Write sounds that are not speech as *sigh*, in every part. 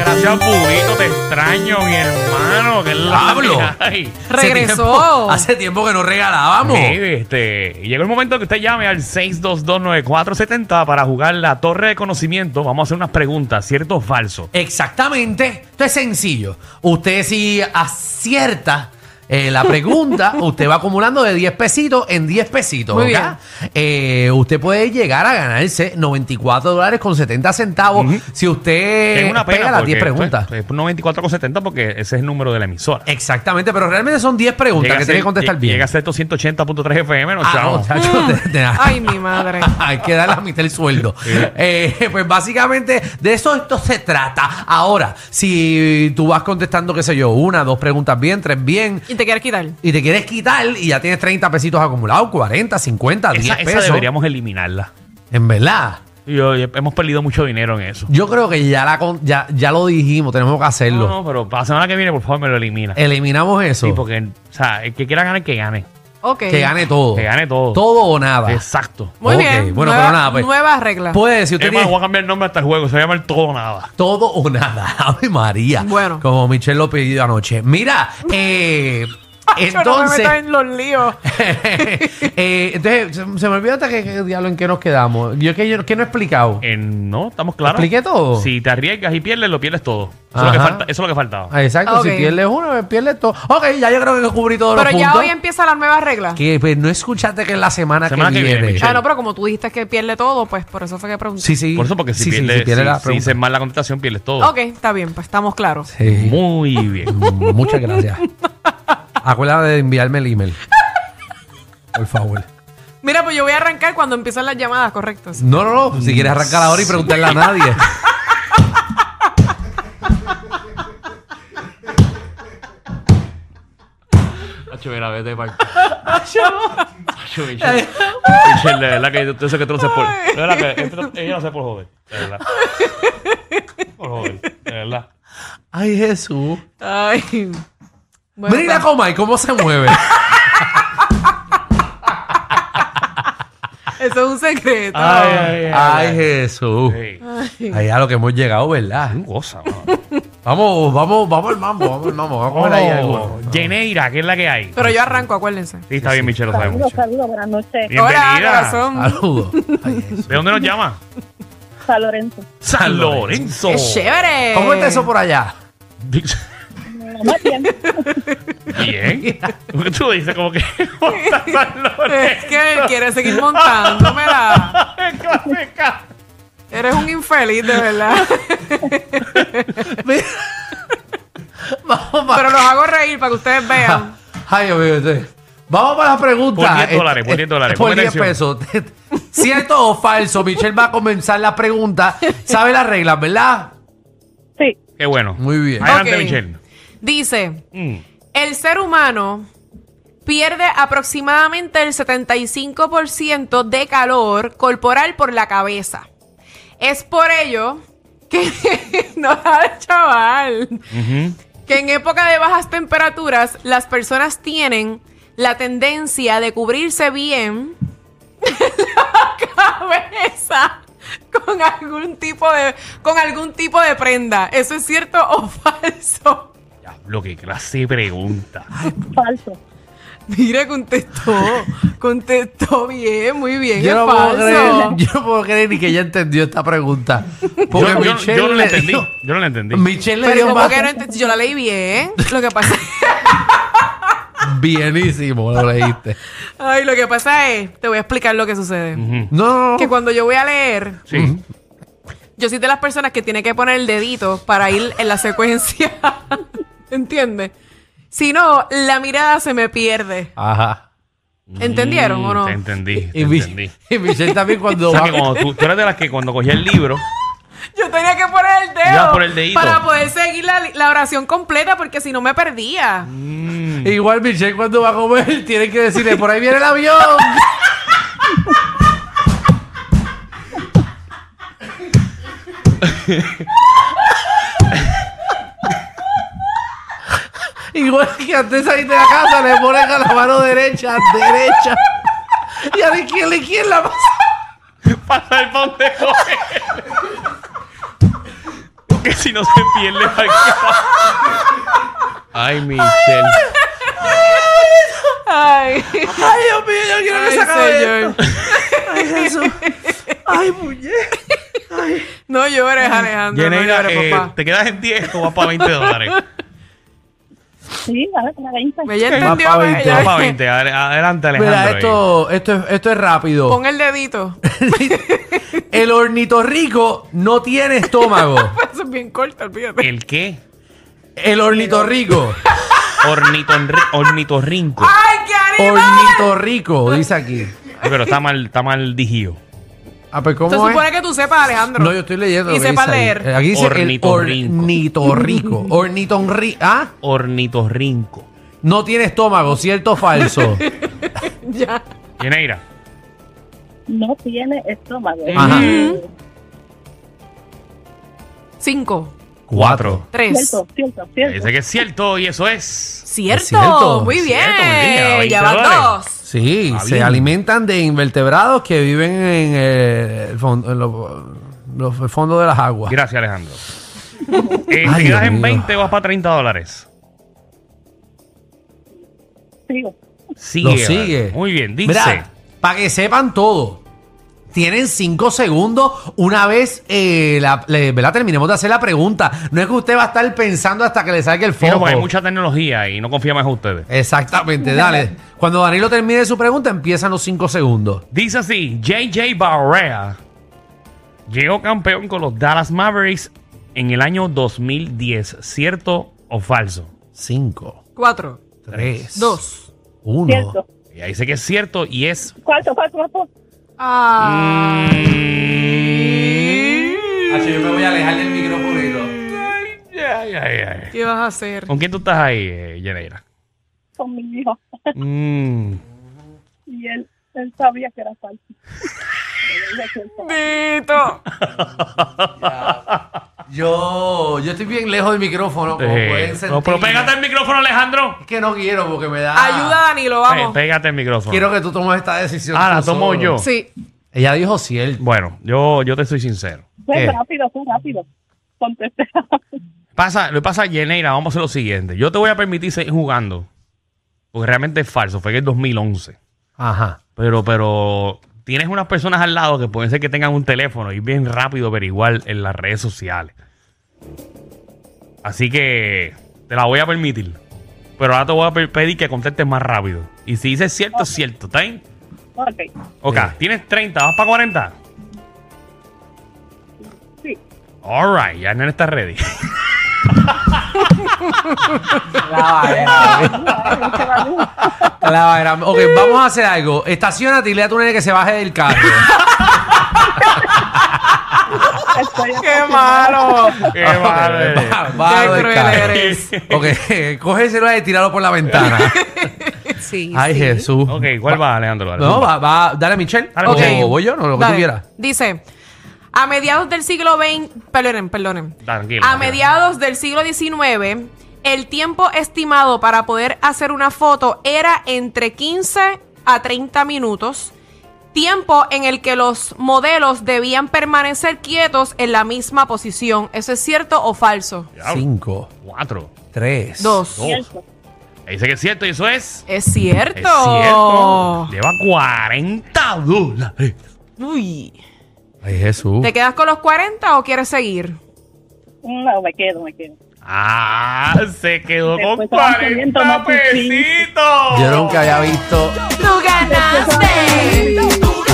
gracias Budito, te extraño, mi hermano. Que es la Pablo. que hay. Hace Regresó. tiempo- Hace tiempo que nos regalábamos. Sí, este, y llegó el momento que usted llame al 6229470 para jugar la torre de conocimiento. Vamos a hacer unas preguntas, ¿cierto o falso? Exactamente. Esto es sencillo. Usted si acierta eh, *laughs* la pregunta, usted va acumulando de 10 pesitos en 10 pesitos. Muy ¿ok? Eh, usted puede llegar a ganarse 94 dólares con 70 centavos si usted es una pena pega las porque, 10 Eh, preguntas. pues, es 94,70 porque ese es el número de la emisora. Exactamente, pero realmente son 10 preguntas Llega a que ser- tiene que contestar lle- bien. Llega a ser 180.3 FM, no, Ah, chavo. no, chacho, te- te- Ay, mi madre. *laughs* Hay que dar la mitad del sueldo. Eh, pues básicamente de eso esto se trata. Ahora, si tú vas contestando, qué sé yo, una, dos preguntas bien, tres bien, Y te quieres quitar. y te quieres quitar y ya tienes 30 pesitos acumulados, 40, 50, 10 esa, esa pesos. deberíamos eliminarla. En verdad. Y, oye, hemos perdido mucho dinero en eso. Yo creo que ya, la, con- ya, ya lo dijimos, tenemos que hacerlo. No, no, pero para la semana que viene, por favor, me lo elimina. Eliminamos eso. Sí, porque, o sea, el que quiera ganar, que gane. Ok. que gane todo. Que gane todo. Todo o nada. Exacto. Muy Ok, bien. Bueno, nueva, pero nada, pues. Nueva regla. Puede, si usted Es más, tiene- voy a cambiar el nombre hasta el juego. Se llama el todo o nada. Todo o nada, *laughs* Ave María. Bueno. Como Michelle lo pidió anoche. *laughs* Mira, eh, Yo no me entonces. metas en los líos. *laughs* eh, entonces, se se me olvidó hasta que, que diablo en qué nos quedamos. Yo que, yo, que no he explicado. Eh, no, estamos claros. ¿Expliqué todo? Si te arriesgas y pierdes, lo pierdes todo. Eso, es lo que, Ajá. falta- eso es lo que faltaba. Ah, Exacto, Ok. si pierdes uno, pierdes todo. Ok, ya yo creo que cubrí todos Pero los ya puntos. hoy empieza la nueva regla. Que pues, no escuchaste que es la semana, Semana que viene, Ah, Michelle. no, pero como tú dijiste que pierde todo, pues por eso fue que pregunté. Sí, sí. Por eso, porque si Sí, sí, pierdes, pierdes si- la si pregunta. dices mal la contestación, pierdes todo. Ok, está bien, pues estamos claros. Sí. Muy *laughs* bien. Muchas gracias. Acuérdate de enviarme el email. Por favor. Mira, pues yo voy a arrancar cuando empiezan las llamadas, correcto. sí. No, no, no. Si quieres arrancar ahora y preguntarle *laughs* a nadie. Hacho, mira, vete *laughs* para Hacho, Michelle. Michelle, de verdad que yo yo sé que tú no sé por... De verdad que esto- ella no sé por joder. De verdad. Por joder. De verdad. Ay, Jesús. Ay. Bueno, Mira pues, coma y cómo *laughs* se mueve. eso es un secreto. Ah. Ay, ay, Ay, Jesús. ay. Ahí a lo que hemos llegado, ¿verdad? Goza, mano. Vamos, vamos, vamos al mambo, vamos al mambo. Vamos a comer ahí algo. Oh, Yeneira, que es la que hay. Pero yo arranco, acuérdense. Sí, está bien, Michelle, lo sabemos. Saludos, Michelle. saludos, buenas noches. Bienvenida. Hola, corazón. Saludos. *laughs* Ay, Jesús. ¿De dónde nos llama? San Lorenzo. San Lorenzo. ¡Qué *laughs* chévere! ¿Cómo está eso por allá? *laughs* Más bien. Bien. Tú dices como que *laughs* está San Es Lorenzo. *laughs* que él quiere seguir montándomela. Clásica. Eres un infeliz, de verdad. Mira. vamos para. Pero los hago reír para que ustedes vean. *laughs* Ay, Dios mío, este- Vamos para las preguntas. Por 10 Eh, dólares, por 10 eh, dólares. Por Ponme 10 pesos. *laughs* ¿Cierto o falso? Michelle va a comenzar la pregunta. ¿Sabe las reglas, verdad? Sí, Qué bueno. Muy bien. Adelante, Ok. Michelle. Dice, Mm. el ser humano pierde aproximadamente el 75% de calor corporal por la cabeza. Es por ello que... *laughs* no, chaval. Ujú. que en época de bajas temperaturas las personas tienen la tendencia de cubrirse bien *laughs* la cabeza con algún tipo de con algún tipo de prenda. ¿Eso es cierto o *laughs* falso? Ya, lo que clase de pregunta. falso. *laughs* Mira, contestó, contestó bien, muy bien, es Yo no, puedo falso. creer, yo no puedo creer ni que ella entendió esta pregunta. Porque Yo, yo- Michelle yo no la le entendí. dio- Yo no la entendí. Michelle le Pero dio como más. que no ent- yo la leí bien, lo que pasa *laughs* Bienísimo lo leíste. Ay, lo que pasa es, te voy a explicar lo que sucede. No, no, Que no. cuando yo voy a leer, Sí. Yo soy de las personas que tiene que poner el dedito para ir en la secuencia. *laughs* ¿Entiendes? Si no, la mirada se me pierde. Ajá. ¿Entendieron o no? Te Mm, entendí, te Y, Mi- entendí. y Michelle también *laughs* cuando O sea, que va- cuando tú, tú eras de las que cuando cogía el libro, Yo tenía que poner el dedo Ibas por el dedito. para poder seguir la, la oración completa porque si no me perdía. Mm. E Igual Michelle cuando va a comer tiene que decirle, por ahí viene el avión. Igual que antes ahí de la casa le ponen a la mano derecha, derecha. Y a la izquierda, izquierda la pasa. pasa el pan de coger. Porque si no se pierde aquí. Ay, Michelle. Ay, *laughs* Ay, Dios mío, yo quiero que ay, se acabe esto. señor. Ay, Jesús. Ay, muñeca. No llores, Alejandro. No Yeneira, llores, eh, papá. te quedas en 10 o vas para 20 dólares. Sí, dale, para 20. Ella entendió. eh, Papá, ella- Vas para 20. Ade- Adelante, Alejandro. Mira, ahí. esto, esto, es- esto es rápido. Pon el dedito. *laughs* el ornitorrico no tiene estómago. Eso es bien corto, olvídate. ¿El qué? El *laughs* ornitorrico. Ornitonri- Ornitorrinco. ¡Ay, qué animal! Ornitorrico, dice aquí. Ay, Pero está mal, está mal digido. Ah, pues Se ¿cómo es? supone que tú sepas, Alejandro. No, yo estoy leyendo. Y lo que sepa dice ahí. leer. Eh, Aquí dice el Ornitorrinco. *laughs* ornitorrico. Ornitorrico. Ah, Ornitorrinco. no tiene estómago, ¿cierto *laughs* o falso? Ya. Yeneira. No tiene estómago. Ajá. Cinco, Cuatro. tres. Cierto, cierto, cierto. Dice que es cierto y eso es. Cierto, Es cierto. muy Es bien. cierto, muy bien, ya veinte van dólares. dos. Sí, Ah, se bien. alimentan de invertebrados que viven en eh, el, fondo, en lo- los- el fondo de las aguas. Gracias, Alejandro. Eh, Ay, ¿Te quedas Dios en mío. 20 o vas para 30 dólares? Sigo. Sigue. Lo sigue. Muy bien, dice. para que sepan todo. Tienen cinco segundos una vez eh, la, le- ¿verdad? terminemos de hacer la pregunta. No es que usted va a estar pensando hasta que le salga el Sí, no, foco. porque hay mucha tecnología y no confía más en ustedes. Exactamente, dale. Cuando Danilo termine su pregunta, empiezan los cinco segundos. Dice así, JJ Barrea llegó campeón con los Dallas Mavericks en el año 2010. ¿Cierto o falso? Cinco, Cuatro, tres, dos. uno. Cierto. Y ahí dice que es cierto y es... Cuarto, cuarto, cuarto. Ah. yo me voy a alejar del micrófono. Ay, ay, ay, ay. ¿Qué vas a hacer? ¿Con quién tú estás ahí, eh, Yeneira? Con mi hijo. Mm. Y él, él sabía que era *laughs* falso. Yo dije, "Cierto". Dito. Yo, yo estoy bien lejos del micrófono. como Eh, pueden no, pero sentir. pégate el micrófono, Alejandro. Es que no quiero porque me da. Ayuda, Danilo, Eh, vamos. pégate el micrófono. Quiero que tú tomes esta decisión. Ah, la tú tomo solo. yo. Sí. Ella dijo cierto. Bueno, yo, yo te soy sincero. Fue Eh. rápido, fue rápido. Contesté. *laughs* Pasa, lo que pasa, Yeneira, vamos a hacer lo siguiente. Yo te voy a permitir seguir jugando. Porque realmente es falso, fue que es 2011. Ajá. Pero, pero tienes unas personas al lado que pueden ser que tengan un teléfono y bien rápido averiguar en las redes sociales. Así que te la voy a permitir. Pero ahora te voy a pe- pedir que contestes más rápido. Y si dices cierto, es cierto. ¿Está bien? Ok, Ok, Sí. tienes 30, vas para 40. sí. All right, ya no está ready. *laughs* La vaina. *laughs* Ok, vamos a hacer algo. Estacionate y le da a tu nene que se baje del carro. Estoy ¡Qué malo! Qué malo *laughs* eres. Bajo Qué del cruel carro. eres. Ok, *laughs* coge el celular y tíralo por la ventana. *laughs* Sí. Ay, sí. *laughs* Jesús. Ok, ¿cuál va, Alejandro? Dale. No, va, va. Dale, Michelle. Dale, O- Michelle. O voy yo, no, lo que Dale. tú quieras. Dice, a mediados del siglo XX, perdonen, perdonen. Tranquilo. A mediados del siglo XIX, el tiempo estimado para poder hacer una foto era entre 15 a 30 minutos, tiempo en el que los modelos debían permanecer quietos en la misma posición. ¿Eso es cierto o falso? Diablo. Cinco, Cuatro. tres, Dos. Cierto. Ahí dice que es cierto y eso es. Es cierto. Es cierto. Lleva 40 dólares. Uy. Ay, Jesús. ¿Te quedas con los 40 o quieres seguir? No, me quedo, me quedo. Ah, se quedó con Después te van subiendo 40 más tus pesitos. Yo nunca había visto ¡Tú ganaste!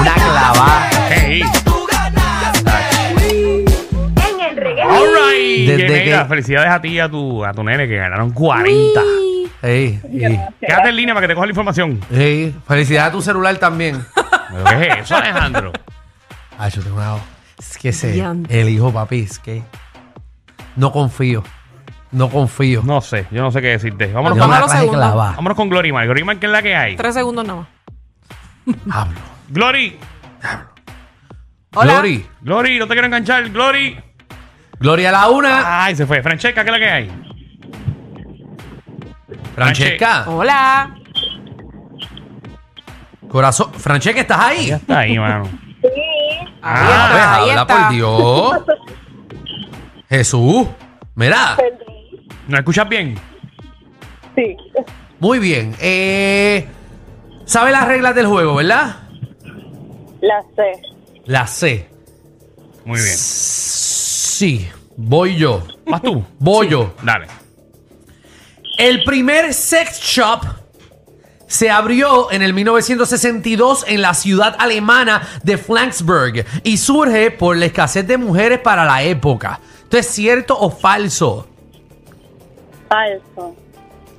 una clavada. Hey. All right. Desde Yeneira, que- Felicidades a ti y a tu, a tu nene que ganaron 40. Uy. Ey, ey, Quédate en línea para que te coja la información. ey. Felicidades a tu celular también. Pero, ¿Qué es eso, Alejandro? Ah, yo tengo una. Es que ese. Diantre. El hijo, papi, es que. No confío. No confío. No sé, yo no sé qué decirte. Yo Vámonos, con, me Vamos a la lo traje segundo. clavada. vámonos con Glory, Mar. Glory, Mar, ¿qué es la que hay? Tres segundos nada más. Hablo. Glory, Hola. Glory. Glory, no te quiero enganchar, Glory. Gloria a la una. Ay, se fue. Francesca, ¿qué es la que hay? Francesca. Hola. Corazón. Francesca, ¿estás ahí? Está ahí, mano. Ahí Ah, pues, está, ahí habla, está. por Dios. Jesús. Mira. Perdí. ¿No escuchas bien? Sí. Muy bien. Eh, ¿Sabe las reglas del juego, verdad? La sé. Las sé. Muy bien. Sí. Voy yo. ¿Vas tú? Voy yo. Dale. El primer sex shop se abrió en el 1962 en la ciudad alemana de Flanksburg y surge por la escasez de mujeres para la época. ¿Esto es cierto o falso? Falso.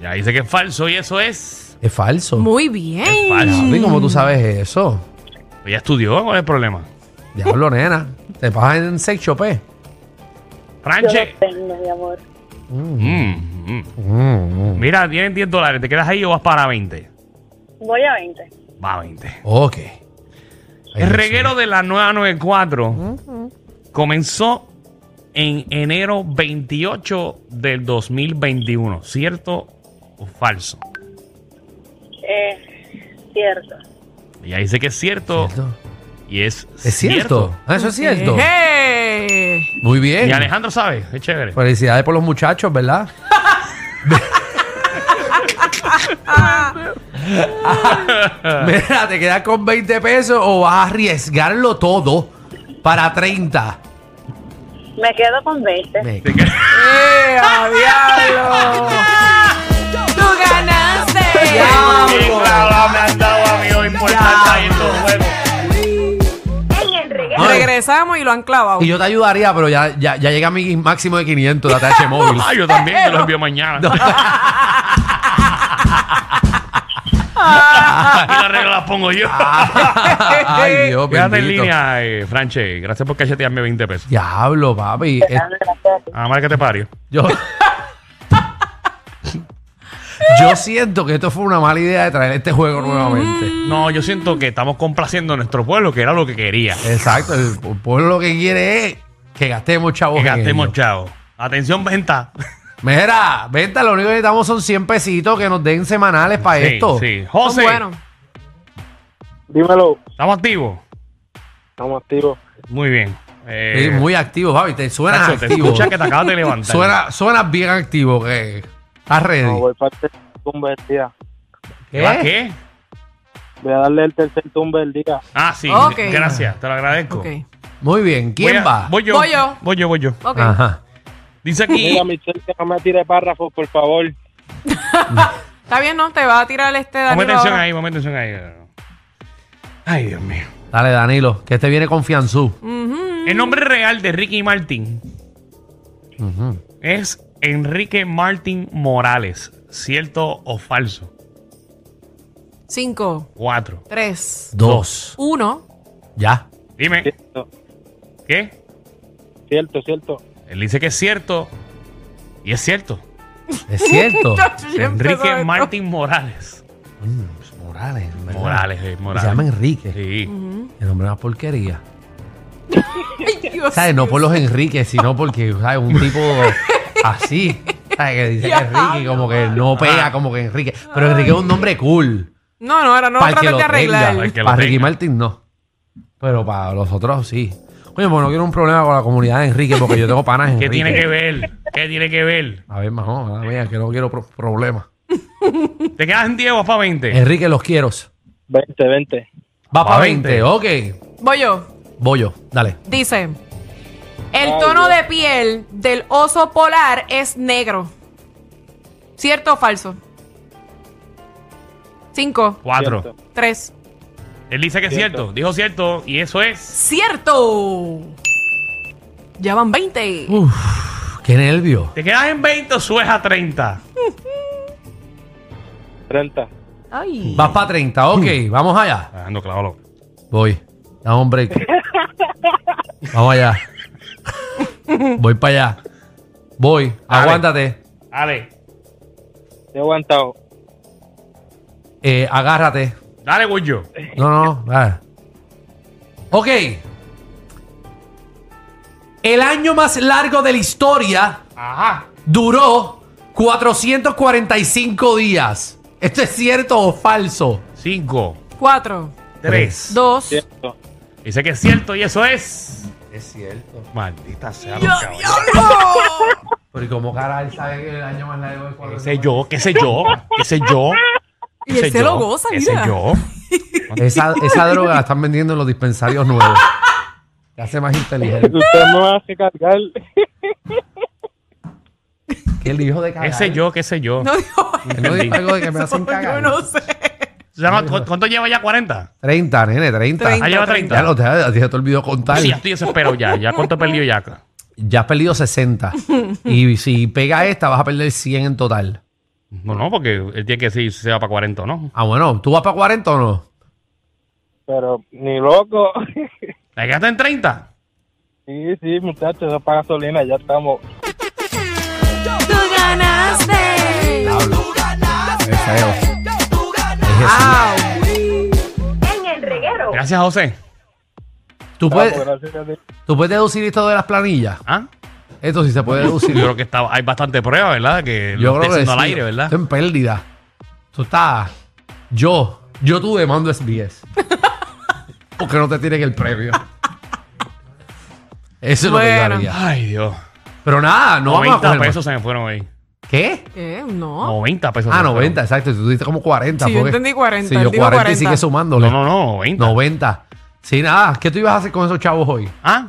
Ya dice que es falso y eso es. Es falso. Muy bien. Es falso. Papi, ¿Cómo tú sabes eso? Ella pues estudió, ¿cuál es el problema? Diablo, nena. Te pasas en sex shop, eh. Yo Franche. no tengo, mi amor. Mm, mm. Mira, tienen 10 dólares. ¿Te quedas ahí o vas para 20? Voy a 20. Va a 20. Ok. El reguero de la 994 comenzó en enero 28 del 2021. ¿Cierto o falso? Eh, cierto. Ella dice que es cierto, y es, ¿Es cierto? Eh. Ah, Eso es cierto. Hey. Muy bien. Y Alejandro sabe, es chévere. Felicidades por los *laughs* muchachos, ¿verdad? Mira, ¿te quedas con 20 pesos o vas a arriesgarlo todo para 30? Me quedo con 20. Me- Así que- ¡Eh, a diablo! *laughs* ¡Tú *laughs* ganaste! Qué clava me han dado a mí hoy por estar ahí en los juegos. No, Regresamos y lo han clavado. Y yo te ayudaría, pero ya, ya, ya llega mi máximo de 500 de *laughs* ATH móvil. Ah, yo también, yo los envío mañana. y las reglas las pongo yo. *laughs* Ay, Dios, Quédate en Ah, bendito. línea, eh, Franche. Gracias por cachetearme 20 pesos. Diablo, papi. Es- Ah, madre que te parió. Yo. *laughs* Yo siento que esto fue una mala idea de traer este juego nuevamente. No, yo siento que estamos complaciendo a nuestro pueblo, que era lo que quería. Exacto, el pueblo lo que quiere es que gastemos chavos. Que en gastemos ello. chavo. Atención, venta. Mira, venta, lo único que necesitamos son 100 pesitos que nos den semanales para Sí, esto. sí. Son José, buenos. Dímelo, ¿estamos activos? estamos activos. Muy bien. Eh, Sí, muy activo, Javi. Te suenas Nacho, te activo. escuchas que te acabas de levantar. Suena, suenas bien activo. Que estás ready. No, voy para el tercer tumbe del día. ¿Qué? ¿Va ¿Eh? qué? Voy a darle el tercer tumbe del día. Ah, sí. Ok. Gracias, te lo agradezco. Ok. Muy bien. Voy ¿Quién a- va? Voy yo. Voy yo. Voy yo, voy yo. Ok. Ajá. Dice aquí. Mira, Michelle, que no me tire párrafos, por favor. Está bien, ¿no? Te va a tirar este Ponme Danilo atención ahora. ahí, ponme atención ahí. Ay, Dios mío. Dale, Danilo, que este viene confianzú. El nombre real de Ricky Martin es Enrique Martin Morales. ¿Cierto o falso? Cinco, Cuatro. tres, Dos. uno. Ya. Dime, Cierto, ¿qué? cierto, cierto. Él dice que es cierto. Y es cierto. Es *laughs* cierto. Chacho, *laughs* ya empezó Enrique esto. Martin Morales. Mm, pues, Morales. ¿verdad? Morales, eh, Que Se llama Morales. Enrique. Sí. El nombre es una porquería. Ay, Dios. ¿Sabes? No por los Enrique, sino porque, ¿sabes? Un tipo así. ¿Sabes? Que dice que Enrique, como que no pega como que Enrique. Pero Enrique es un nombre cool. No, no, ahora no para el que trates lo de arreglar. tenga. Para el que lo Para Ricky tenga. Martin no. Pero para los otros sí. Oye, pues no quiero un problema con la comunidad de Enrique porque yo tengo panas en ¿Qué Enrique. tiene que ver? ¿Qué tiene que ver? A ver, majo, a ver, que no quiero pro- problemas. ¿Te quedas en 10 o vas para 20? Enrique, los quiero. 20, 20. Va Pa' para 20. 20. Ok. Voy yo. Voy yo. Dale. Dice: El Ay, tono Dios. de piel del oso polar es negro. ¿Cierto o falso? Cinco, Cuatro. Cierto. tres. Él dice que es cierto. Cierto. Dijo cierto. Y eso es. ¡Cierto! Ya van 20. Qué nervio. ¿Te quedas en 20 o subes a 30? 30. Ay. Vas para 30, ok, vamos allá. Ah, no, claro. Voy. Dame un break. Vamos allá. Voy para allá. Voy. Dale. Aguántate. Dale, Te he aguantado. Eh, agárrate. dale, Goyo. No, no, no. dale. Ok. El año más largo de la historia Ajá. duró 445 días. ¿Esto es cierto o falso? Cinco, Cuatro, tres. dos. Cierto. Dice que es cierto y eso es. Es cierto. Maldita sea ¡Dios, los caballos. diablo! Pero ¿y cómo caray sabe que el año más largo de ¿Qué sé yo? ¿Qué sé yo? ¿Qué sé yo? Y ¿Qué él sé se yo? lo goza, ¿Qué sé mira. yo? Esa, esa droga la están vendiendo en los dispensarios nuevos. Te hace más inteligente. Usted no hace cargar. Que el hijo de cagar. ¿Qué sé yo? ¿Qué sé yo? No dijo Él no dijo algo de *laughs* que me eso, hacen *laughs* yo cagar. no sé. O sea, ¿cu- ¿Cuánto lleva ya? ¿40? 30, nene, 30. Ah, lleva 30. Ya lo te, ya te olvidó contar. Sí, ya estoy desesperado ya. ¿Ya cuánto he perdido ya? Ya has perdido 60. y si pega esta, vas a perder 100 en total. No, no, porque él tiene que decir si se va para 40 o no. Ah, bueno, ¿tú vas para 40 o no? Pero ni loco. *laughs* ¿Te quedaste en 30? Sí, sí, muchachos, eso es para gasolina, ya estamos. Tú ganaste. Es feo. Ah. Au. Gracias, José. ¿Tú, puedes, Vamos, gracias a Dios. ¿Tú puedes deducir esto de las planillas? ¿Ah? Esto sí se puede Yo deducir. *laughs* creo que está, hay bastante prueba, ¿verdad? Que Yo lo creo estoy que haciendo al sí. aire, ¿verdad? Esto en pérdida. Tú estás. Yo, yo tu demando *laughs* SBS. Porque no te tienen el premio. Eso es Bueno. lo que yo haría. Ay, Dios. Pero nada, no vamos a 90 coger más. pesos se me fueron ahí. ¿Qué? ¿Qué? No. 90 pesos. Ah, se me 90, exacto. Tú diste como 40. Sí, yo porque- entendí 40, Sí, él yo dijo 40 y 40. sigue sumándole. fueron. No, no, no, 90. 90. Sí, nada. ¿Qué tú ibas a hacer con esos chavos hoy? ¿Ah?